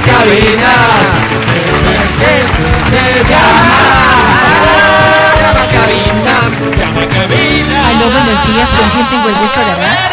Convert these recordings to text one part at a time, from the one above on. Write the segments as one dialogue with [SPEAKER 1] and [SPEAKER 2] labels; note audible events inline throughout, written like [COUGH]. [SPEAKER 1] cabinas. Se llama. Llama cabina.
[SPEAKER 2] Aló, buenos días. ¿Con quién tengo el gusto de hablar?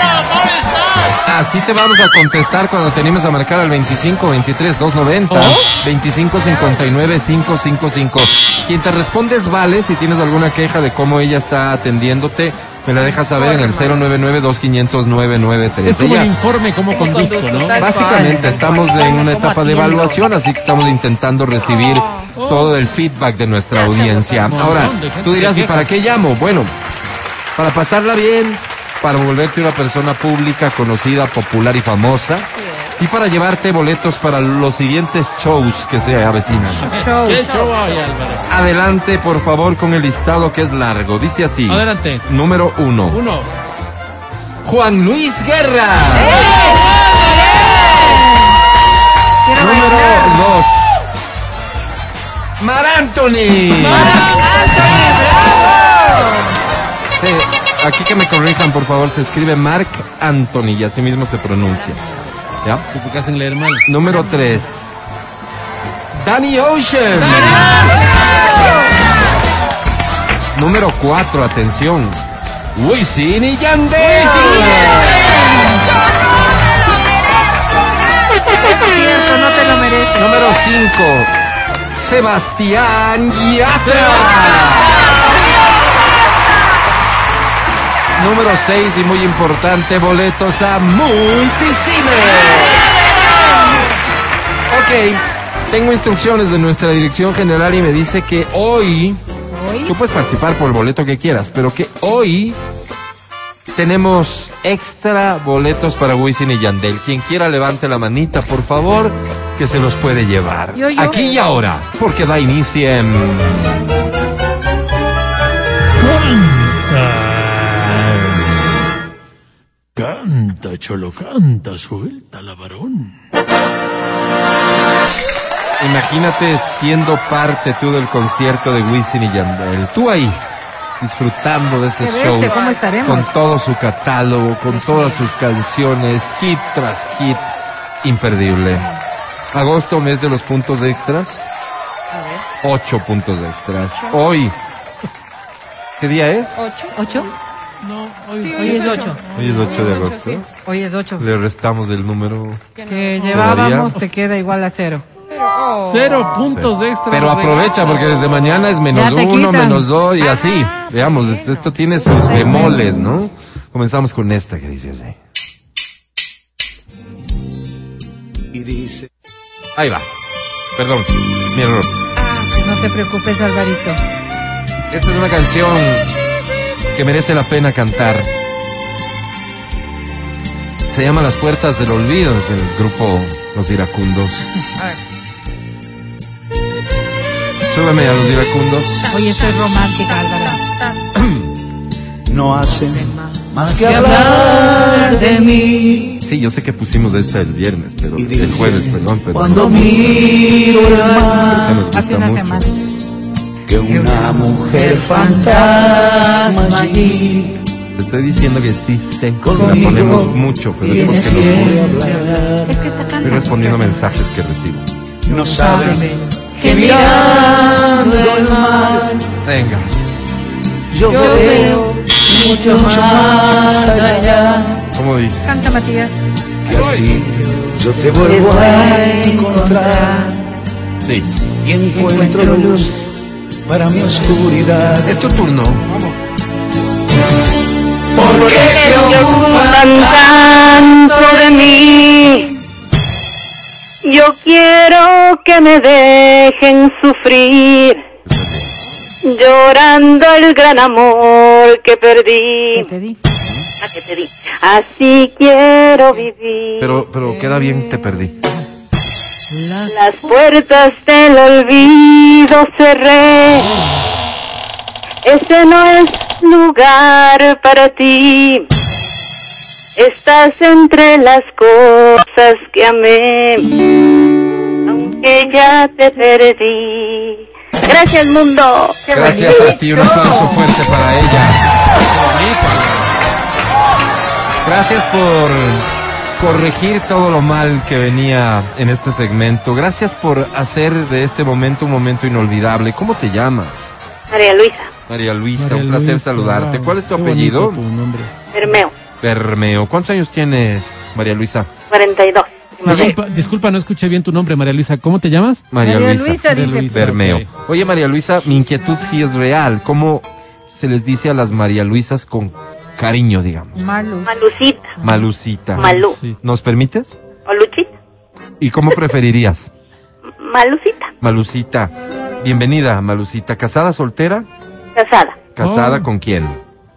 [SPEAKER 3] Así te vamos a contestar cuando te animes a marcar al 25 23 290
[SPEAKER 4] ¿Oh?
[SPEAKER 3] 25 59 555. Quien te responde es Vale. Si tienes alguna queja de cómo ella está atendiéndote, me la dejas saber en el 099 2500 993.
[SPEAKER 4] Es como
[SPEAKER 3] Ella-
[SPEAKER 4] el informe, como conduzco,
[SPEAKER 1] conduzco,
[SPEAKER 4] ¿no?
[SPEAKER 1] tal
[SPEAKER 3] Básicamente estamos en una etapa de evaluación, así que estamos intentando recibir
[SPEAKER 4] Oh,
[SPEAKER 3] todo el feedback de nuestra audiencia.
[SPEAKER 4] montón
[SPEAKER 3] Ahora,
[SPEAKER 4] de gente
[SPEAKER 3] tú dirás,
[SPEAKER 4] que
[SPEAKER 3] ¿y para qué llamo? Bueno, para pasarla bien, para volverte una persona pública, conocida, popular y famosa, y para llevarte boletos para los siguientes shows que se avecinan.
[SPEAKER 4] ¿Qué show hay, Álvaro?
[SPEAKER 3] Adelante, por favor, con el listado que es largo. Dice así.
[SPEAKER 4] Adelante.
[SPEAKER 3] Número uno.
[SPEAKER 4] Uno.
[SPEAKER 3] Juan Luis Guerra.
[SPEAKER 2] Quiero
[SPEAKER 3] Número
[SPEAKER 2] bailar.
[SPEAKER 3] dos. Mar Anthony. Sí, aquí que me corrijan, por favor, se escribe Mark Anthony y así mismo se pronuncia. ¿Ya?
[SPEAKER 4] Tú porque hacen leer mal.
[SPEAKER 3] Número 3. Danny Ocean. Número 4, atención. Wisin y Yandel.
[SPEAKER 2] Es cierto, no te lo mereces.
[SPEAKER 3] Número 5. Sebastián Yatra. Número 6 y muy importante, boletos a Multicine. Ok, tengo instrucciones de nuestra dirección general y me dice que hoy, tú puedes participar por el boleto que quieras, pero que hoy tenemos extra boletos para Wisin y Yandel. Quien quiera levante la manita, por favor, que se los puede llevar.
[SPEAKER 2] Yo, yo.
[SPEAKER 3] Aquí y ahora, porque da inicio en...
[SPEAKER 5] Canta, cholo, canta, suelta la varón.
[SPEAKER 3] Imagínate siendo parte tú del concierto de Wisin y Yandel. Tú ahí, disfrutando de ese
[SPEAKER 2] Qué
[SPEAKER 3] show.
[SPEAKER 2] bestia, ¿cómo estaremos?
[SPEAKER 3] Con todo su catálogo, con todas sus canciones, hit tras hit. Imperdible. Agosto, mes de los puntos extras. Ocho puntos extras. Hoy. ¿Qué día es?
[SPEAKER 1] ¿Ocho?
[SPEAKER 2] ¿Ocho?
[SPEAKER 4] No,
[SPEAKER 1] hoy es ocho.
[SPEAKER 3] Hoy es 8 de agosto.
[SPEAKER 1] sí.
[SPEAKER 2] Hoy es ocho.
[SPEAKER 3] Le restamos el número.
[SPEAKER 2] Que llevábamos te queda igual a cero.
[SPEAKER 1] Pero, oh.
[SPEAKER 4] Cero puntos extra.
[SPEAKER 3] Pero aprovecha porque desde mañana es menos
[SPEAKER 2] Ya te
[SPEAKER 3] uno,
[SPEAKER 2] quitan.
[SPEAKER 3] menos dos y así. Veamos, esto, esto tiene sus bemoles, ¿no? Comenzamos con esta que dice así.
[SPEAKER 6] y dice.
[SPEAKER 3] Ahí va. Perdón, mi error.
[SPEAKER 2] No te preocupes, Alvarito.
[SPEAKER 3] Esta es una canción que merece la pena cantar. Se llama Las Puertas del Olvido, es del grupo Los Iracundos. Súbeme a los iracundos.
[SPEAKER 2] Oye, soy romántica, Álvaro.
[SPEAKER 6] No hacen más que hablar
[SPEAKER 2] De mí.
[SPEAKER 3] Sí, yo sé que pusimos esta el viernes, pero
[SPEAKER 6] y dice,
[SPEAKER 3] el jueves, perdón, pero
[SPEAKER 6] cuando miro el mar
[SPEAKER 3] esta nos gusta
[SPEAKER 2] Hace una
[SPEAKER 3] mucho.
[SPEAKER 2] semana.
[SPEAKER 6] que una mujer fantasma allí
[SPEAKER 3] Te estoy diciendo que sí sé.
[SPEAKER 6] Conmigo.
[SPEAKER 3] La ponemos mucho, pero es porque
[SPEAKER 6] quiere
[SPEAKER 3] los
[SPEAKER 6] hablar.
[SPEAKER 2] Es que está
[SPEAKER 3] Estoy
[SPEAKER 2] cantando.
[SPEAKER 3] respondiendo mensajes que recibo.
[SPEAKER 6] No saben que mirando el mar
[SPEAKER 3] Venga.
[SPEAKER 6] yo veo mucho más allá
[SPEAKER 3] ¿Cómo dice?
[SPEAKER 2] Canta, Matías.
[SPEAKER 6] que a ti. Yo te vuelvo a encontrar
[SPEAKER 3] Sí.
[SPEAKER 6] y encuentro luz para mi oscuridad.
[SPEAKER 3] Es tu turno.
[SPEAKER 6] ¿Por qué se ocupan
[SPEAKER 7] tanto de mí. Yo quiero que me dejen sufrir, llorando el gran amor que
[SPEAKER 2] ¿Qué
[SPEAKER 7] perdí.
[SPEAKER 2] te di?
[SPEAKER 7] Ah, que te di. Así quiero vivir.
[SPEAKER 3] Pero, pero queda bien, te perdí.
[SPEAKER 7] Las puertas del olvido cerré. Ese no es lugar para ti. Estás entre las cosas que amé, aunque ya te perdí. Gracias mundo. Qué
[SPEAKER 3] Gracias a ti. Un aplauso fuerte para ella. Gracias por corregir todo lo mal que venía en este segmento. Gracias por hacer de este momento un momento inolvidable. ¿Cómo te llamas?
[SPEAKER 7] María Luisa,
[SPEAKER 3] María Luisa,
[SPEAKER 4] María
[SPEAKER 3] un placer
[SPEAKER 4] Luisa,
[SPEAKER 3] saludarte.
[SPEAKER 4] wow,
[SPEAKER 3] ¿Cuál es tu
[SPEAKER 4] qué
[SPEAKER 3] apellido?
[SPEAKER 4] bonito tu nombre.
[SPEAKER 7] Bermeo,
[SPEAKER 3] Bermeo. ¿Cuántos años tienes, María Luisa?
[SPEAKER 7] 42.
[SPEAKER 4] Disculpa, disculpa, no escuché bien tu nombre, María Luisa. ¿Cómo te llamas?
[SPEAKER 3] María,
[SPEAKER 1] María
[SPEAKER 3] Luisa.
[SPEAKER 1] Luisa dice.
[SPEAKER 4] Luisa.
[SPEAKER 3] Bermeo.
[SPEAKER 4] Ok.
[SPEAKER 3] Oye, María Luisa, mi inquietud sí es real. ¿Cómo se les dice a las María Luisas con cariño, digamos?
[SPEAKER 1] Malu.
[SPEAKER 7] Malucita,
[SPEAKER 3] Malucita.
[SPEAKER 7] Malú,
[SPEAKER 4] Sí.
[SPEAKER 3] ¿Nos permites?
[SPEAKER 7] o Luchita,
[SPEAKER 3] ¿Y cómo preferirías? [LAUGHS]
[SPEAKER 7] Malucita,
[SPEAKER 3] Malucita. Bienvenida, Malucita. ¿Casada, soltera?
[SPEAKER 7] casada,
[SPEAKER 3] ¿Casada
[SPEAKER 4] Oh.
[SPEAKER 3] con quién?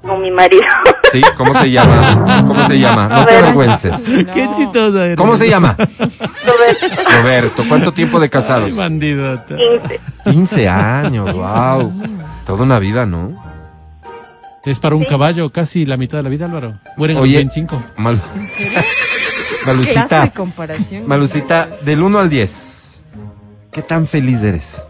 [SPEAKER 7] con mi marido. [LAUGHS]
[SPEAKER 3] ¿Sí? ¿Cómo se llama? ¿Cómo se llama? No te
[SPEAKER 7] Roberto.
[SPEAKER 3] avergüences.
[SPEAKER 5] Qué chistosa eres.
[SPEAKER 3] ¿Cómo se llama?
[SPEAKER 7] Roberto,
[SPEAKER 3] Roberto. ¿Cuánto tiempo de
[SPEAKER 4] Ay,
[SPEAKER 3] casados?
[SPEAKER 4] bandidota.
[SPEAKER 7] 15.
[SPEAKER 3] 15 años, wow. Toda una vida, ¿no?
[SPEAKER 4] Es para un caballo, casi la mitad de la vida, Álvaro. Mueren a los
[SPEAKER 3] Oye.
[SPEAKER 4] 25.
[SPEAKER 3] Mal...
[SPEAKER 1] Clase de
[SPEAKER 3] Malucita,
[SPEAKER 1] comparación.
[SPEAKER 3] Malucita, del 1 al 10, ¿qué tan feliz eres?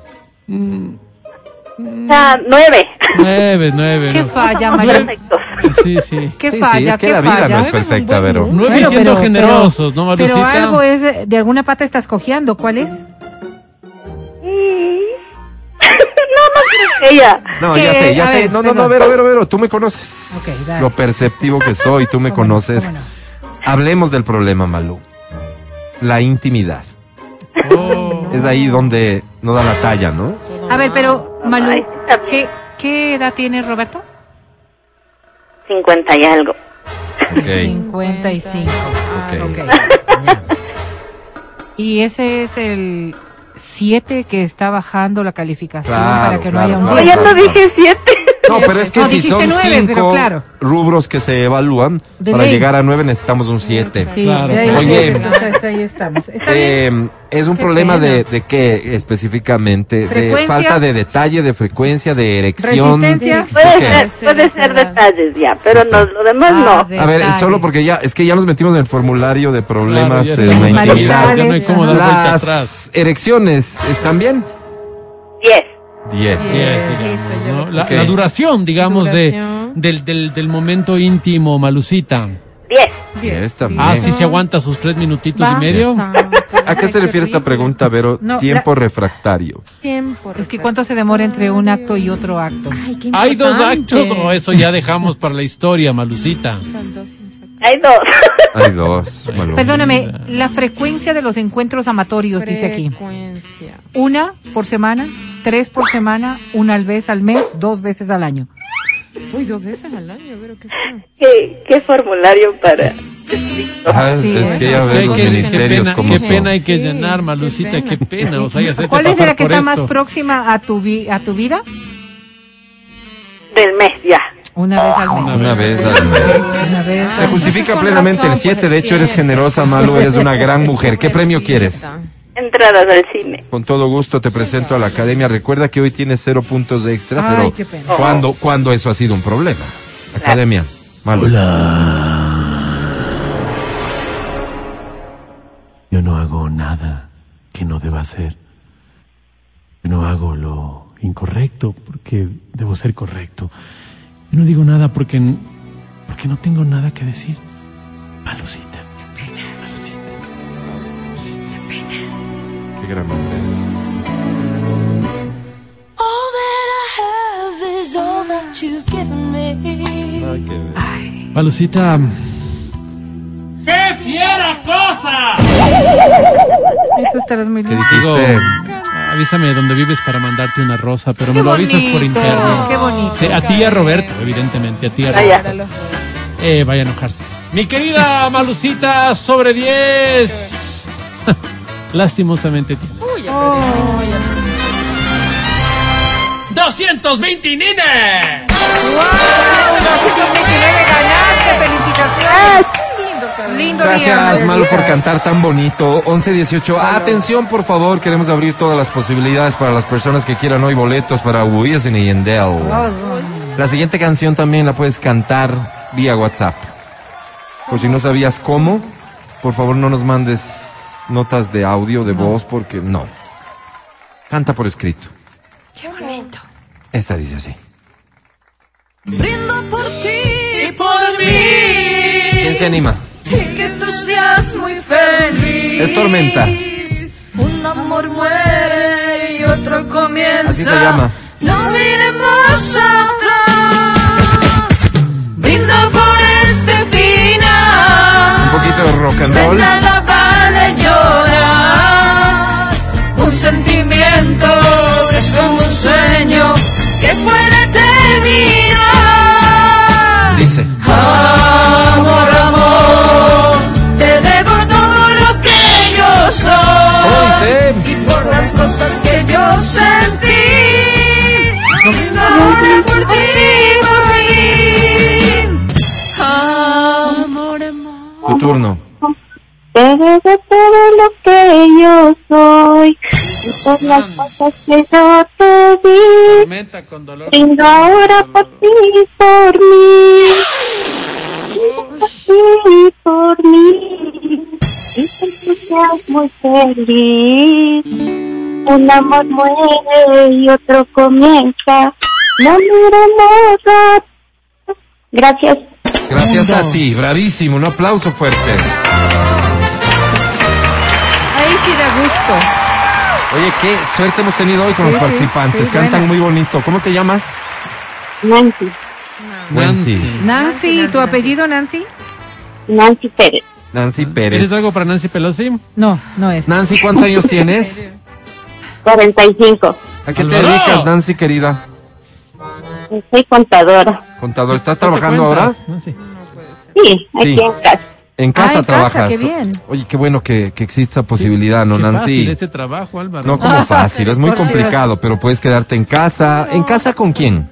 [SPEAKER 7] Ah, nueve.
[SPEAKER 4] Nueve, nueve.
[SPEAKER 2] ¿Qué
[SPEAKER 4] no.
[SPEAKER 2] falla, María?
[SPEAKER 7] Perfectos.
[SPEAKER 4] Sí, sí.
[SPEAKER 2] ¿Qué
[SPEAKER 3] Sí, sí,
[SPEAKER 2] falla?
[SPEAKER 3] es que
[SPEAKER 2] ¿Qué
[SPEAKER 3] la vida
[SPEAKER 2] falla?
[SPEAKER 3] no es perfecta, Vero.
[SPEAKER 4] No es
[SPEAKER 2] Bueno,
[SPEAKER 4] siendo generosos, ¿no,
[SPEAKER 2] pero
[SPEAKER 4] Malucita?
[SPEAKER 2] algo es, eh, de alguna pata estás cojeando, ¿cuál es?
[SPEAKER 7] Y- no, no creo que ella.
[SPEAKER 3] No,
[SPEAKER 2] ¿Qué?
[SPEAKER 3] ya sé, ya
[SPEAKER 2] A
[SPEAKER 3] sé.
[SPEAKER 2] ver,
[SPEAKER 3] no, no, no,
[SPEAKER 2] perdón.
[SPEAKER 3] Vero, Vero, Vero, tú me conoces.
[SPEAKER 2] Ok, dale.
[SPEAKER 3] Lo perceptivo que soy, tú me
[SPEAKER 2] ¿Cómo no?
[SPEAKER 3] conoces.
[SPEAKER 2] ¿Cómo no?
[SPEAKER 3] Hablemos del problema, Malú. La intimidad.
[SPEAKER 4] Oh,
[SPEAKER 3] Es ahí donde no da la talla, ¿no?
[SPEAKER 2] A ver, pero, Malu,
[SPEAKER 7] Ay, Ah, está
[SPEAKER 2] ¿qué, ¿qué edad tiene Roberto?
[SPEAKER 7] 50 y algo.
[SPEAKER 3] Ok.
[SPEAKER 2] 55.
[SPEAKER 3] Ok.
[SPEAKER 2] Ah, Ok. Y ese es el 7 que está bajando la calificación
[SPEAKER 3] Claro,
[SPEAKER 2] para que
[SPEAKER 3] claro,
[SPEAKER 2] no haya un
[SPEAKER 3] claro.
[SPEAKER 7] Oye, ya
[SPEAKER 2] diez.
[SPEAKER 7] no dije siete.
[SPEAKER 3] No, pero es que
[SPEAKER 2] No,
[SPEAKER 3] si
[SPEAKER 2] dijiste
[SPEAKER 3] son
[SPEAKER 2] nueve, pero
[SPEAKER 3] cinco
[SPEAKER 2] claro.
[SPEAKER 3] rubros que se evalúan,
[SPEAKER 2] De
[SPEAKER 3] para
[SPEAKER 2] ley.
[SPEAKER 3] llegar a nueve necesitamos un siete.
[SPEAKER 2] Sí,
[SPEAKER 4] Claro.
[SPEAKER 2] sí, ahí, sí,
[SPEAKER 3] Oye.
[SPEAKER 2] entonces ahí estamos. Está bien.
[SPEAKER 3] Eh, es un
[SPEAKER 2] Qué
[SPEAKER 3] problema
[SPEAKER 2] pena.
[SPEAKER 3] de, de qué específicamente, de
[SPEAKER 2] Frecuencia.
[SPEAKER 3] falta de detalle, de frecuencia, de erección.
[SPEAKER 2] Resistencia.
[SPEAKER 3] ¿De
[SPEAKER 7] Puede
[SPEAKER 3] qué?
[SPEAKER 7] ser, puede ser detalles ya, pero no, lo demás
[SPEAKER 2] Ah,
[SPEAKER 7] no.
[SPEAKER 2] de-
[SPEAKER 3] A ver,
[SPEAKER 2] Detalles.
[SPEAKER 3] solo porque ya, es que ya nos metimos en el formulario de problemas
[SPEAKER 4] ya
[SPEAKER 3] de
[SPEAKER 4] estamos
[SPEAKER 3] la
[SPEAKER 4] ahí,
[SPEAKER 3] intimidad.
[SPEAKER 4] Ya no hay
[SPEAKER 2] Tales,
[SPEAKER 4] cómo dar vuelta atrás.
[SPEAKER 3] Las erecciones están bien.
[SPEAKER 7] Diez.
[SPEAKER 3] Diez.
[SPEAKER 4] Yes, digamos, ¿no? la,
[SPEAKER 3] Ok.
[SPEAKER 4] la duración, digamos,
[SPEAKER 1] Duración.
[SPEAKER 4] De, del, del, del momento íntimo, Malucita.
[SPEAKER 7] Diez.
[SPEAKER 1] Diez.
[SPEAKER 3] Esta-
[SPEAKER 4] Ah,
[SPEAKER 3] Bien.
[SPEAKER 4] sí se aguanta sus tres minutitos y medio.
[SPEAKER 3] ¿A qué se refiere esta pregunta, Vero?
[SPEAKER 2] No,
[SPEAKER 3] Tiempo refractario.
[SPEAKER 1] Tiempo.
[SPEAKER 2] Es que cuánto se demora entre un acto y otro acto.
[SPEAKER 1] Ay, qué
[SPEAKER 4] Hay dos
[SPEAKER 1] importante.
[SPEAKER 4] actos, o eso ya dejamos para la historia, Malucita.
[SPEAKER 1] Son dos exactos.
[SPEAKER 7] Hay dos. [LAUGHS]
[SPEAKER 3] Hay
[SPEAKER 4] [LAUGHS]
[SPEAKER 3] dos, Malú.
[SPEAKER 2] Perdóname, la frecuencia de los encuentros amatorios dice aquí.
[SPEAKER 1] Frecuencia.
[SPEAKER 2] Una por semana, tres por semana, una al vez al mes, dos veces al año.
[SPEAKER 1] Uy, dos veces al año, pero qué feo.
[SPEAKER 7] ¿Qué, qué formulario para...?
[SPEAKER 3] Ah, es,
[SPEAKER 2] Sí,
[SPEAKER 3] es
[SPEAKER 2] ¿eh?
[SPEAKER 3] que ya
[SPEAKER 4] Es
[SPEAKER 3] ven
[SPEAKER 4] hay
[SPEAKER 3] los
[SPEAKER 4] que-
[SPEAKER 3] ministerios
[SPEAKER 4] pena,
[SPEAKER 3] como
[SPEAKER 4] qué
[SPEAKER 3] son.
[SPEAKER 4] pena hay que
[SPEAKER 1] Sí,
[SPEAKER 4] llenar,
[SPEAKER 1] qué
[SPEAKER 4] Malucita,
[SPEAKER 1] pena.
[SPEAKER 4] qué pena. O sea, ya se te
[SPEAKER 2] ¿Cuál es de la
[SPEAKER 4] pasar
[SPEAKER 2] que
[SPEAKER 4] por
[SPEAKER 2] está más
[SPEAKER 4] esto.
[SPEAKER 2] próxima a tu, vi- a tu vida?
[SPEAKER 7] Del mes ya.
[SPEAKER 2] Una vez al mes.
[SPEAKER 3] Una vez al mes.
[SPEAKER 2] Una vez
[SPEAKER 3] Se
[SPEAKER 2] al mes.
[SPEAKER 3] justifica
[SPEAKER 1] con
[SPEAKER 3] plenamente
[SPEAKER 1] razón,
[SPEAKER 3] el 7.
[SPEAKER 1] pues,
[SPEAKER 3] De hecho, eres
[SPEAKER 1] siete.
[SPEAKER 3] generosa, Malu. Eres una gran mujer. ¿Qué premio quieres?
[SPEAKER 1] Pobrecita.
[SPEAKER 7] Entradas al cine.
[SPEAKER 3] Con todo gusto te presento a la academia. Recuerda que hoy tienes cero puntos de extra,
[SPEAKER 2] Ay,
[SPEAKER 3] pero
[SPEAKER 2] qué pena.
[SPEAKER 3] ¿cuándo, cuándo eso ha sido un problema? Academia, Malu.
[SPEAKER 5] Yo no hago nada que no deba hacer. Yo no hago lo incorrecto porque debo ser correcto. Yo no digo nada porque, n- porque no tengo nada que decir. Malucita. Malucita.
[SPEAKER 3] Qué gran hombre eres.
[SPEAKER 4] Malucita,
[SPEAKER 2] Tú estarás muy
[SPEAKER 3] ¿Qué
[SPEAKER 2] linda.
[SPEAKER 4] digo,
[SPEAKER 3] dijiste?
[SPEAKER 4] avísame dónde vives para mandarte una rosa, pero me lo avisas por
[SPEAKER 2] bonito,
[SPEAKER 4] interno.
[SPEAKER 2] Qué bonito.
[SPEAKER 4] Sí, a ti y a Roberto, evidentemente, a ti y a
[SPEAKER 7] Ah,
[SPEAKER 4] Roberto.
[SPEAKER 7] ya.
[SPEAKER 4] Eh, vaya a enojarse. Mi querida Malucita, sobre 10. [LAUGHS] Lastimosamente tiene. 220 nines.
[SPEAKER 2] Lindo
[SPEAKER 3] Gracias,
[SPEAKER 2] día.
[SPEAKER 3] Malu, por cantar tan bonito. 11-18. Atención, por favor. Queremos abrir todas las posibilidades para las personas que quieran hoy boletos para Wisin y Yandel. La siguiente canción también la puedes cantar vía WhatsApp. Por si no sabías cómo, por favor no nos mandes notas de audio, de voz, porque no. Canta por escrito.
[SPEAKER 1] Qué bonito.
[SPEAKER 3] Esta dice así.
[SPEAKER 8] Brindo por ti y por mí.
[SPEAKER 3] ¿Quién se anima?
[SPEAKER 8] Y que tú seas muy feliz.
[SPEAKER 3] Es tormenta.
[SPEAKER 8] Un amor muere y otro comienza.
[SPEAKER 3] Así se llama.
[SPEAKER 8] No miremos atrás. Brinda por este
[SPEAKER 3] Un
[SPEAKER 8] final.
[SPEAKER 3] poquito de rock and
[SPEAKER 8] De
[SPEAKER 3] roll.
[SPEAKER 8] nada vale llorar. Un sentimiento que es como un sueño que puede terminar.
[SPEAKER 3] Dice.
[SPEAKER 8] Amor, amor, te debo todo lo que yo soy.
[SPEAKER 3] ¿Cómo dice?
[SPEAKER 8] Y por las cosas que yo sentí. Brindo ahora por ti, por mí. Amor, amor.
[SPEAKER 3] Tu turno.
[SPEAKER 7] Te debo todo lo que yo soy. Y por las cosas que yo te di.
[SPEAKER 4] Tormenta con dolor.
[SPEAKER 7] Brindo ahora por ti y por mí. Por ti y por mí. Dicen que seas muy feliz. Un amor muere y otro comienza. No miremos a... Gracias.
[SPEAKER 3] Gracias a ti. Bravísimo. Un aplauso fuerte.
[SPEAKER 2] Ahí sí da gusto.
[SPEAKER 3] Oye, qué suerte hemos tenido hoy con
[SPEAKER 2] Sí,
[SPEAKER 3] los
[SPEAKER 2] sí,
[SPEAKER 3] participantes.
[SPEAKER 2] sí,
[SPEAKER 3] Cantan
[SPEAKER 2] buena.
[SPEAKER 3] muy bonito. ¿Cómo te llamas?
[SPEAKER 7] Nancy.
[SPEAKER 3] Nancy.
[SPEAKER 2] Nancy,
[SPEAKER 1] Nancy,
[SPEAKER 2] ¿tu
[SPEAKER 1] Nancy.
[SPEAKER 2] apellido Nancy?
[SPEAKER 7] Nancy Pérez.
[SPEAKER 3] Nancy Pérez.
[SPEAKER 4] Ah. ¿Tienes algo para Nancy Pelosi?
[SPEAKER 2] No, no es.
[SPEAKER 3] Nancy, ¿cuántos
[SPEAKER 2] [LAUGHS]
[SPEAKER 3] años tienes?
[SPEAKER 7] 45.
[SPEAKER 3] ¿A qué te
[SPEAKER 4] Álvaro.
[SPEAKER 3] dedicas, Nancy, querida?
[SPEAKER 7] Soy contadora.
[SPEAKER 3] Contador, ¿estás
[SPEAKER 4] ¿Qué te
[SPEAKER 3] trabajando
[SPEAKER 4] cuentas,
[SPEAKER 3] ahora?
[SPEAKER 4] Nancy?
[SPEAKER 7] Sí, aquí
[SPEAKER 3] Sí.
[SPEAKER 7] en casa.
[SPEAKER 3] En casa
[SPEAKER 2] Ah, en casa,
[SPEAKER 3] trabajas.
[SPEAKER 2] qué bien.
[SPEAKER 3] Oye, qué bueno que, que exista posibilidad, ¿no,
[SPEAKER 4] Qué
[SPEAKER 3] Nancy?
[SPEAKER 4] fácil este trabajo, Álvaro.
[SPEAKER 3] No
[SPEAKER 2] [LAUGHS]
[SPEAKER 3] como fácil, es muy complicado, pero puedes quedarte en casa. ¿En casa con quién?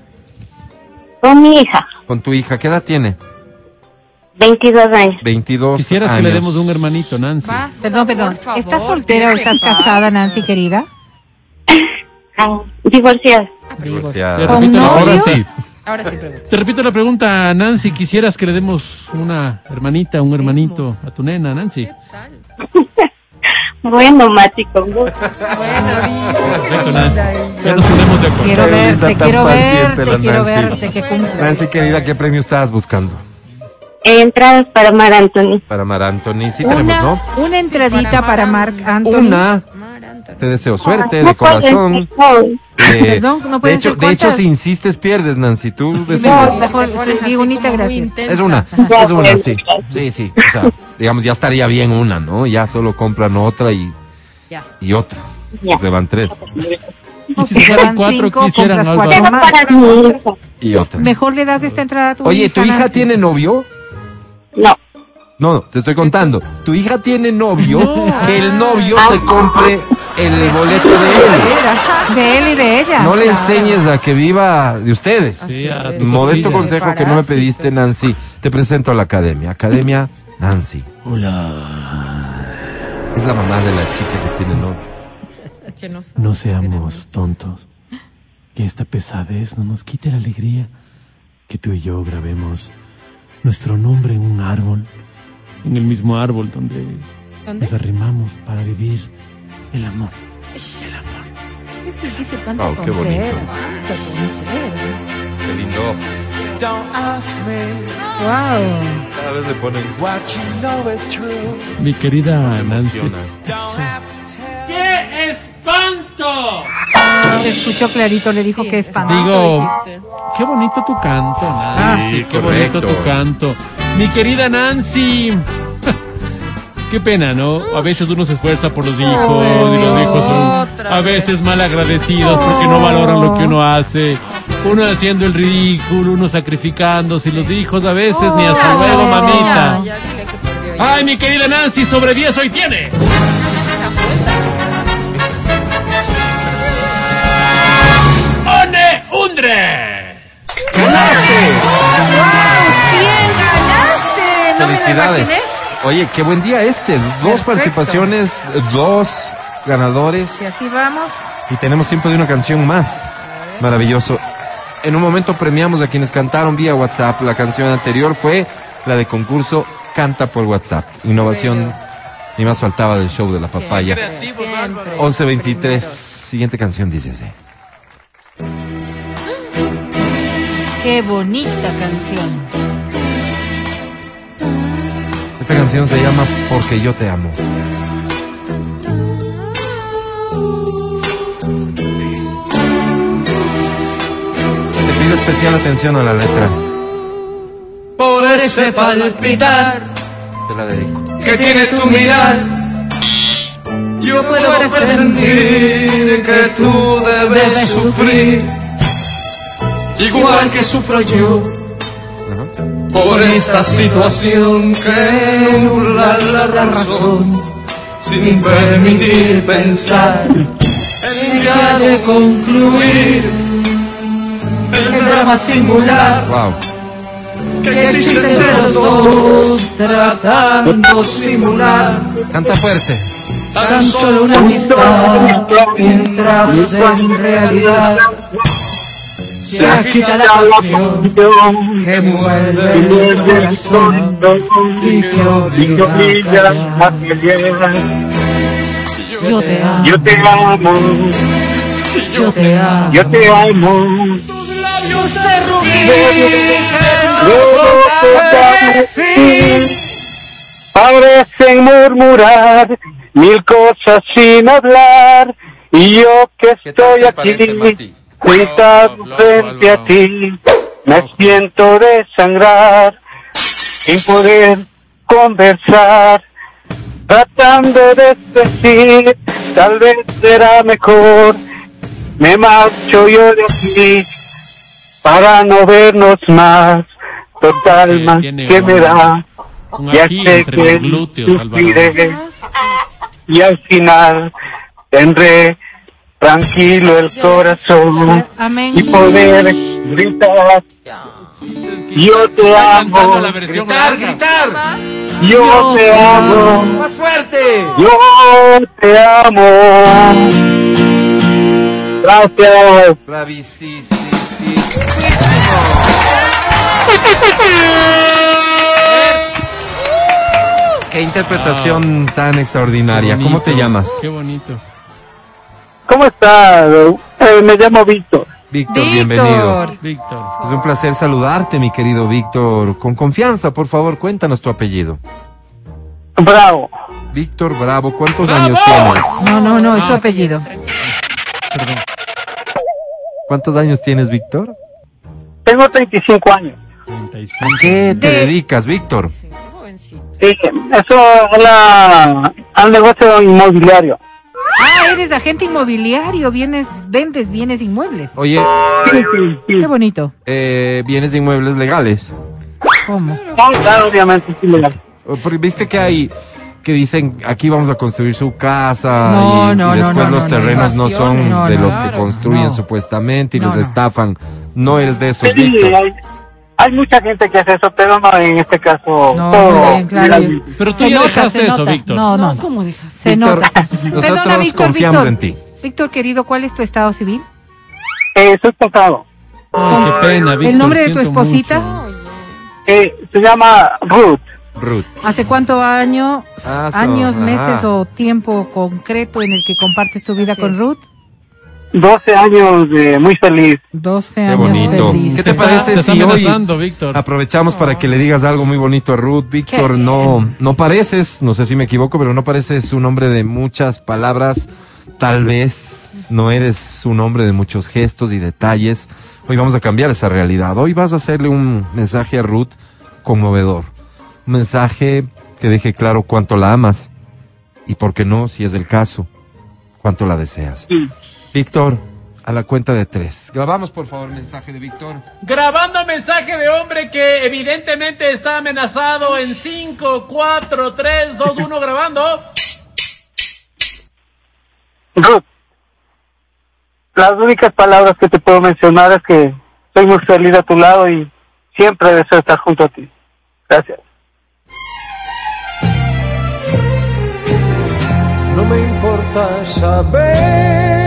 [SPEAKER 7] Con mi hija,
[SPEAKER 3] Con tu hija. ¿Qué edad tiene?
[SPEAKER 7] 22 años.
[SPEAKER 3] 22
[SPEAKER 4] Quisieras que
[SPEAKER 3] años.
[SPEAKER 4] le demos un hermanito, Nancy.
[SPEAKER 1] Basta,
[SPEAKER 2] Perdón, perdón.
[SPEAKER 1] por favor,
[SPEAKER 2] ¿Estás soltera o
[SPEAKER 1] ¿qué te
[SPEAKER 2] estás
[SPEAKER 1] pasa?
[SPEAKER 2] casada, Nancy, querida?
[SPEAKER 7] Ah, divorciada.
[SPEAKER 3] Divorciada.
[SPEAKER 4] ¿Con
[SPEAKER 2] ¿Con
[SPEAKER 3] Ahora
[SPEAKER 2] novio?
[SPEAKER 3] sí.
[SPEAKER 1] Ahora sí pregunta.
[SPEAKER 4] Te repito la pregunta, Nancy. ¿Quisieras que le demos una hermanita, un hermanito a tu nena, Nancy?
[SPEAKER 7] Bueno, Mati, con gusto.
[SPEAKER 1] Bueno, dice.
[SPEAKER 4] Perfecto, Nancy. Ya nos ponemos de acuerdo.
[SPEAKER 2] Quiero
[SPEAKER 3] Qué linda,
[SPEAKER 2] verte,
[SPEAKER 3] tan
[SPEAKER 2] quiero
[SPEAKER 3] paciente la
[SPEAKER 2] verte, quiero
[SPEAKER 3] Nancy.
[SPEAKER 2] verte, que cumpla.
[SPEAKER 3] Nancy, querida, ¿qué premio estabas buscando?
[SPEAKER 7] Entradas para Mar Anthony.
[SPEAKER 3] Para Mar Anthony. Sí tenemos,
[SPEAKER 2] Una,
[SPEAKER 3] ¿no?
[SPEAKER 2] una entradita
[SPEAKER 1] para
[SPEAKER 2] para Mark Anthony. Ah,
[SPEAKER 3] Una.
[SPEAKER 1] Mar Anthony.
[SPEAKER 3] Te deseo suerte, de
[SPEAKER 7] No pueden
[SPEAKER 3] corazón.
[SPEAKER 7] ser todos.
[SPEAKER 3] Eh,
[SPEAKER 2] Perdón, no
[SPEAKER 3] de
[SPEAKER 2] pueden
[SPEAKER 3] hecho,
[SPEAKER 2] ser
[SPEAKER 3] de hecho,
[SPEAKER 2] cuántas.
[SPEAKER 3] si insistes, pierdes, Nancy. Tú decides.
[SPEAKER 2] No, mejor,
[SPEAKER 1] Te pones
[SPEAKER 2] sí,
[SPEAKER 1] así
[SPEAKER 2] digo, unita,
[SPEAKER 1] como muy
[SPEAKER 2] gracias.
[SPEAKER 1] intensa.
[SPEAKER 3] Es una,
[SPEAKER 7] Ya,
[SPEAKER 3] es una,
[SPEAKER 7] bueno,
[SPEAKER 3] sí. Sí, sí. O sea, digamos, ya estaría bien una, ¿no? Ya solo compran otra y,
[SPEAKER 1] Ya.
[SPEAKER 3] y otra.
[SPEAKER 7] Ya.
[SPEAKER 3] Se van tres.
[SPEAKER 4] Y si
[SPEAKER 2] Se
[SPEAKER 4] fueran
[SPEAKER 2] van
[SPEAKER 4] cuatro,
[SPEAKER 2] cinco,
[SPEAKER 4] quisieran
[SPEAKER 2] compras
[SPEAKER 4] algo.
[SPEAKER 2] cuatro
[SPEAKER 7] Pero
[SPEAKER 2] más.
[SPEAKER 7] para mi hija,
[SPEAKER 3] Y otra.
[SPEAKER 2] Mejor le das esta entrada a tu
[SPEAKER 3] Oye, ¿tu hija
[SPEAKER 2] Nancy.
[SPEAKER 3] tiene novio?
[SPEAKER 7] no.
[SPEAKER 3] No, no, te estoy contando. Tu hija tiene novio. Que el novio
[SPEAKER 2] Ah.
[SPEAKER 3] se compre el boleto de él.
[SPEAKER 2] De él y de ella.
[SPEAKER 3] No le
[SPEAKER 2] Claro.
[SPEAKER 3] enseñes a que viva de ustedes.
[SPEAKER 4] Sí, a tu
[SPEAKER 3] Modesto
[SPEAKER 4] familia.
[SPEAKER 3] consejo que no me pediste, Nancy. Te presento a la academia. Academia Nancy. Hola. Es la mamá de la chica que tiene novio.
[SPEAKER 1] Que no sabe.
[SPEAKER 5] No seamos tontos. Que esta pesadez no nos quite la alegría. Que tú y yo grabemos nuestro nombre en un árbol. En el mismo árbol donde
[SPEAKER 1] ¿Dónde?
[SPEAKER 5] nos arrimamos para vivir el amor.
[SPEAKER 2] Sí, dice tanta
[SPEAKER 3] Wow, qué bonito.
[SPEAKER 2] tontera, tanta tontera.
[SPEAKER 3] Qué lindo.
[SPEAKER 6] Don't ask me
[SPEAKER 2] Wow.
[SPEAKER 3] Cada vez le ponen
[SPEAKER 6] what you know is true.
[SPEAKER 5] Mi querida Nancy.
[SPEAKER 6] Don't have to tell.
[SPEAKER 4] ¡Qué espanto!
[SPEAKER 2] Lo escuchó clarito, le dijo que es pan.
[SPEAKER 4] Digo,
[SPEAKER 1] dijiste.
[SPEAKER 4] qué bonito tu canto, Nancy. Ah,
[SPEAKER 3] Sí,
[SPEAKER 4] qué
[SPEAKER 3] correcto.
[SPEAKER 4] bonito tu canto. Mi querida Nancy. [LAUGHS] Qué pena, ¿no? A veces uno se esfuerza por los hijos y los hijos son
[SPEAKER 1] Otra
[SPEAKER 4] a
[SPEAKER 1] vez.
[SPEAKER 4] veces mal agradecidos porque no valoran lo que uno hace. Uno haciendo el ridículo, uno sacrificándose y los hijos a veces ni hasta luego, mamita.
[SPEAKER 1] Ya, ya dile que perdió. ya.
[SPEAKER 4] Ay, mi querida Nancy, sobre 10 hoy tiene. ¡One Undre!
[SPEAKER 3] ¡Ganaste!
[SPEAKER 2] ¡Cien Ah, ganaste! No me lo
[SPEAKER 3] Felicidades.
[SPEAKER 2] imaginé.
[SPEAKER 3] Oye, qué buen día este. Dos participaciones, dos ganadores.
[SPEAKER 2] Y así vamos.
[SPEAKER 3] Y tenemos tiempo de una canción más. Maravilloso. En un momento premiamos a quienes cantaron vía WhatsApp. La canción anterior fue la de concurso Canta por WhatsApp. Innovación. Ni más faltaba del show de la papaya.
[SPEAKER 1] Siempre.
[SPEAKER 3] 11.23. Siguiente canción dice así.
[SPEAKER 2] Qué bonita canción.
[SPEAKER 3] Esta Esta canción se llama Porque yo te amo. Te pido especial atención a la letra.
[SPEAKER 8] por ese palpitar
[SPEAKER 3] Te la dedico.
[SPEAKER 8] que tiene tu mirar. Yo puedo sentir que tú debes sufrir, igual que sufro yo,
[SPEAKER 3] Ajá.
[SPEAKER 8] por esta situación que nubla la razón, sin permitir pensar, en ya de concluir el drama singular
[SPEAKER 3] Wow.
[SPEAKER 8] que existe entre los dos, tratando simular.
[SPEAKER 3] Canta fuerte.
[SPEAKER 8] tan solo una amistad, mientras en realidad se agita la pasión que mueve el corazón y te obliga a callar. Yo te amo,
[SPEAKER 9] Yo te amo,
[SPEAKER 8] yo te amo.
[SPEAKER 9] yo te amo.
[SPEAKER 8] Labios de rubí que no podrás decir.
[SPEAKER 9] Parecen murmurar mil cosas sin hablar. Y yo que
[SPEAKER 3] ¿Qué tal
[SPEAKER 9] estoy
[SPEAKER 3] te parece, Mati?
[SPEAKER 9] aquí, sentado
[SPEAKER 4] Álvaro,
[SPEAKER 9] frente
[SPEAKER 2] eh,
[SPEAKER 4] Álvaro.
[SPEAKER 9] a ti, me
[SPEAKER 4] Ojo.
[SPEAKER 9] siento desangrar, sin poder conversar, tratando de decir, tal vez será mejor, me marcho yo de aquí, para no vernos más, total
[SPEAKER 4] Eh,
[SPEAKER 9] más
[SPEAKER 4] tiene
[SPEAKER 9] que me
[SPEAKER 4] un-
[SPEAKER 9] da,
[SPEAKER 4] Un
[SPEAKER 9] ya
[SPEAKER 4] ají
[SPEAKER 9] sé
[SPEAKER 4] entre los
[SPEAKER 9] que
[SPEAKER 4] glúteos, Álvaro.
[SPEAKER 9] sufriré y al final tendré tranquilo el corazón
[SPEAKER 2] Amén.
[SPEAKER 9] y poder gritar yo te amo
[SPEAKER 4] Cantando la versión larga.
[SPEAKER 9] yo te amo más fuerte yo te amo gracias
[SPEAKER 3] Bravísimo. Qué interpretación tan extraordinaria. ¿Cómo te
[SPEAKER 4] Bonito,
[SPEAKER 3] llamas?
[SPEAKER 4] Qué bonito.
[SPEAKER 9] cómo estás Eh, me llamo Víctor
[SPEAKER 3] Víctor, bienvenido.
[SPEAKER 4] Víctor.
[SPEAKER 3] Es un placer saludarte, mi querido Víctor. Con confianza, por favor, cuéntanos tu apellido.
[SPEAKER 9] bravo
[SPEAKER 3] Víctor Bravo, ¿cuántos años tienes?
[SPEAKER 2] No, no, no, es
[SPEAKER 3] Ah,
[SPEAKER 2] su apellido.
[SPEAKER 3] ¿Cuántos años tienes, Víctor?
[SPEAKER 9] tengo 35 años
[SPEAKER 4] 35.
[SPEAKER 3] ¿A qué te dedicas, Víctor?
[SPEAKER 9] sí eso es la- al negocio inmobiliario
[SPEAKER 2] Ah, eres agente inmobiliario, vienes, vendes bienes inmuebles.
[SPEAKER 3] Oye,
[SPEAKER 9] Sí, sí, sí.
[SPEAKER 2] Qué bonito.
[SPEAKER 3] eh, bienes inmuebles legales.
[SPEAKER 2] ¿Cómo?
[SPEAKER 9] No, claro, obviamente sí legal.
[SPEAKER 3] Porque Viste que hay que dicen aquí vamos a construir su casa
[SPEAKER 2] No,
[SPEAKER 3] y, y
[SPEAKER 2] no, no,
[SPEAKER 3] después
[SPEAKER 2] no,
[SPEAKER 3] los
[SPEAKER 2] no,
[SPEAKER 3] terrenos no, son
[SPEAKER 2] no,
[SPEAKER 3] de
[SPEAKER 2] no,
[SPEAKER 3] los que
[SPEAKER 2] claro,
[SPEAKER 3] construyen
[SPEAKER 2] no.
[SPEAKER 3] supuestamente y
[SPEAKER 2] No,
[SPEAKER 3] los
[SPEAKER 2] no.
[SPEAKER 3] estafan. No eres de esos,
[SPEAKER 9] Sí,
[SPEAKER 3] Víctor.
[SPEAKER 9] hay, hay mucha gente que hace eso, pero no en este caso.
[SPEAKER 2] No,
[SPEAKER 9] todo
[SPEAKER 2] muy bien, claro.
[SPEAKER 9] legalmente.
[SPEAKER 4] Pero tú
[SPEAKER 2] Se
[SPEAKER 4] ya
[SPEAKER 2] nota,
[SPEAKER 4] dejaste
[SPEAKER 2] se
[SPEAKER 4] eso,
[SPEAKER 2] nota.
[SPEAKER 4] Víctor.
[SPEAKER 2] No, no,
[SPEAKER 1] No,
[SPEAKER 2] no.
[SPEAKER 1] ¿cómo dejas?
[SPEAKER 2] Se
[SPEAKER 3] Víctor,
[SPEAKER 2] nota. se-
[SPEAKER 3] nosotros
[SPEAKER 2] Perdona, Víctor,
[SPEAKER 3] confiamos
[SPEAKER 2] Víctor.
[SPEAKER 3] en ti.
[SPEAKER 2] Víctor, querido, ¿cuál es tu estado civil?
[SPEAKER 9] Eh, soy casado.
[SPEAKER 4] Ay, qué pena, Víctor.
[SPEAKER 2] nombre de tu
[SPEAKER 4] siento
[SPEAKER 2] esposita?
[SPEAKER 4] mucho.
[SPEAKER 9] Eh, se llama Ruth.
[SPEAKER 3] Ruth.
[SPEAKER 2] ¿Hace cuánto año,
[SPEAKER 3] Ah, so-
[SPEAKER 2] años,
[SPEAKER 3] ajá.
[SPEAKER 2] meses o tiempo concreto en el que compartes tu vida con Ruth?
[SPEAKER 9] 12 años de muy feliz.
[SPEAKER 2] 12
[SPEAKER 3] Qué
[SPEAKER 2] años
[SPEAKER 3] bonito.
[SPEAKER 2] felices.
[SPEAKER 3] ¿Qué te parece
[SPEAKER 4] Te está
[SPEAKER 3] si hoy
[SPEAKER 4] amenazando, Víctor.
[SPEAKER 3] aprovechamos para que le digas algo muy bonito a Ruth? Víctor, no, no pareces, no sé si me equivoco, pero no pareces un hombre de muchas palabras. Tal vez no eres un hombre de muchos gestos y detalles. Hoy vamos a cambiar esa realidad. Hoy vas a hacerle un mensaje a Ruth conmovedor. Un mensaje que deje claro cuánto la amas y, por qué no, si es el caso, cuánto la deseas. Víctor, a la cuenta de tres. Grabamos, por favor, mensaje de Víctor.
[SPEAKER 4] Grabando mensaje de hombre que evidentemente está amenazado en 5, 4, 3, 2, 1, grabando.
[SPEAKER 9] Ruth, las únicas palabras que te puedo mencionar es que soy muy feliz a tu lado y siempre deseo estar junto a ti. Gracias.
[SPEAKER 6] No me importa saber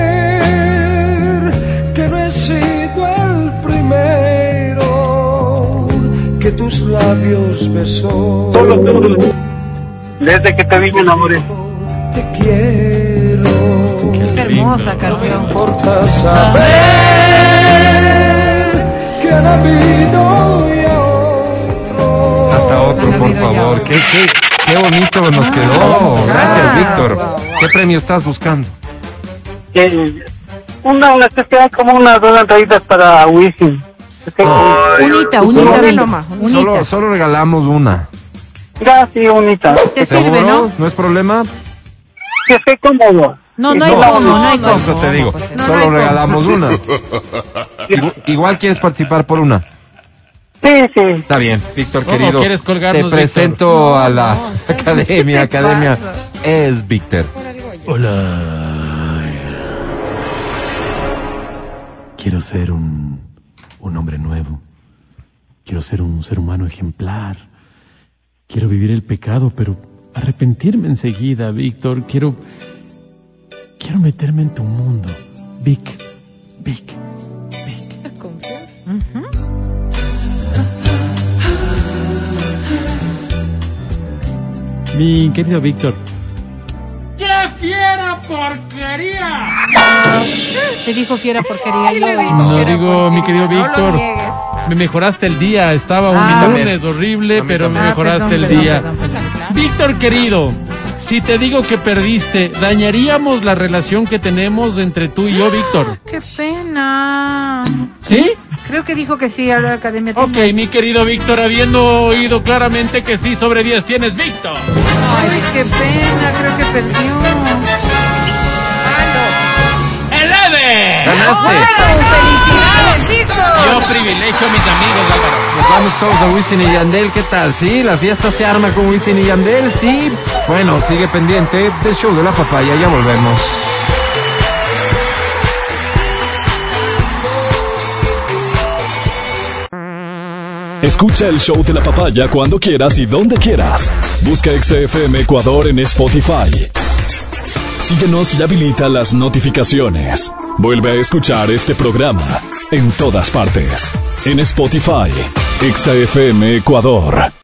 [SPEAKER 6] que no he sido el primero que tus labios besó.
[SPEAKER 9] Desde que te vi me enamoré.
[SPEAKER 6] Te quiero.
[SPEAKER 2] Qué hermosa
[SPEAKER 6] No me
[SPEAKER 2] canción.
[SPEAKER 6] importa saber que han habido y otros.
[SPEAKER 3] Hasta otro,
[SPEAKER 2] Han
[SPEAKER 3] por
[SPEAKER 2] habido ya. Ah,
[SPEAKER 3] favor. ¿Qué, qué, Qué bonito nos quedó. Gracias, Víctor. ¿Qué premio estás buscando?
[SPEAKER 9] Que Eh, una, una que sean como unas dos entraditas para Wisin. Que tengo-
[SPEAKER 2] Unita,
[SPEAKER 3] Solo-
[SPEAKER 2] unita, Vilma.
[SPEAKER 3] Solo,
[SPEAKER 2] Unita.
[SPEAKER 3] solo regalamos una.
[SPEAKER 9] Ya, sí, bonita.
[SPEAKER 2] Te sirve, ¿no?
[SPEAKER 3] ¿No es problema?
[SPEAKER 9] Que esté cómodo.
[SPEAKER 2] No, no hay
[SPEAKER 3] No,
[SPEAKER 2] cómo, no hay cómo.
[SPEAKER 3] Eso te digo.
[SPEAKER 2] no, no hay
[SPEAKER 3] Solo
[SPEAKER 2] cómo.
[SPEAKER 3] regalamos [LAUGHS] una. Igual, igual quieres participar por una.
[SPEAKER 9] Sí, sí.
[SPEAKER 3] Está bien, Víctor
[SPEAKER 4] ¿Cómo
[SPEAKER 3] querido.
[SPEAKER 4] quieres colgarnos,
[SPEAKER 3] te
[SPEAKER 4] Víctor?
[SPEAKER 3] presento a la academia. Academia es Víctor.
[SPEAKER 5] Hola. Quiero ser un, un hombre nuevo. Quiero ser un ser humano ejemplar. Quiero vivir el pecado, pero arrepentirme enseguida, Víctor. Quiero. Quiero meterme en tu mundo. Vic, Vic, Vic. Mi querido Víctor,
[SPEAKER 2] Le dijo fiera porquería. yo le
[SPEAKER 4] No digo, mi querido Víctor,
[SPEAKER 1] niegues.
[SPEAKER 4] me mejoraste el día. Estaba un
[SPEAKER 2] Ah.
[SPEAKER 4] lunes
[SPEAKER 3] A
[SPEAKER 4] horrible,
[SPEAKER 3] mí
[SPEAKER 4] pero me
[SPEAKER 2] Ah,
[SPEAKER 4] mejoraste
[SPEAKER 2] perdón,
[SPEAKER 4] el
[SPEAKER 2] perdón,
[SPEAKER 4] día.
[SPEAKER 2] perdón, perdón.
[SPEAKER 4] Víctor querido, si te digo que perdiste, dañaríamos la relación que tenemos entre tú y yo, Víctor.
[SPEAKER 2] Qué pena.
[SPEAKER 4] ¿Sí?
[SPEAKER 2] Creo que dijo que sí a la academia.
[SPEAKER 4] Ok, mi querido Víctor, habiendo oído claramente que sí sobre 10 tienes, Víctor.
[SPEAKER 2] Ay, qué pena, creo que perdió.
[SPEAKER 4] ¡Eleve!
[SPEAKER 3] ¡Ganaste!
[SPEAKER 4] Este. Yo privilegio a mis amigos, Álvaro.
[SPEAKER 3] Nos vamos todos a Wisin y Yandel. ¿Qué tal? Sí, la fiesta se arma con Wisin y Yandel. Sí. Bueno, sigue pendiente del show de la papaya. Ya volvemos.
[SPEAKER 10] Escucha el show de la papaya cuando quieras y donde quieras. Busca XFM Ecuador en Spotify. Síguenos y habilita las notificaciones. Vuelve a escuchar este programa en todas partes. En Spotify, XFM Ecuador.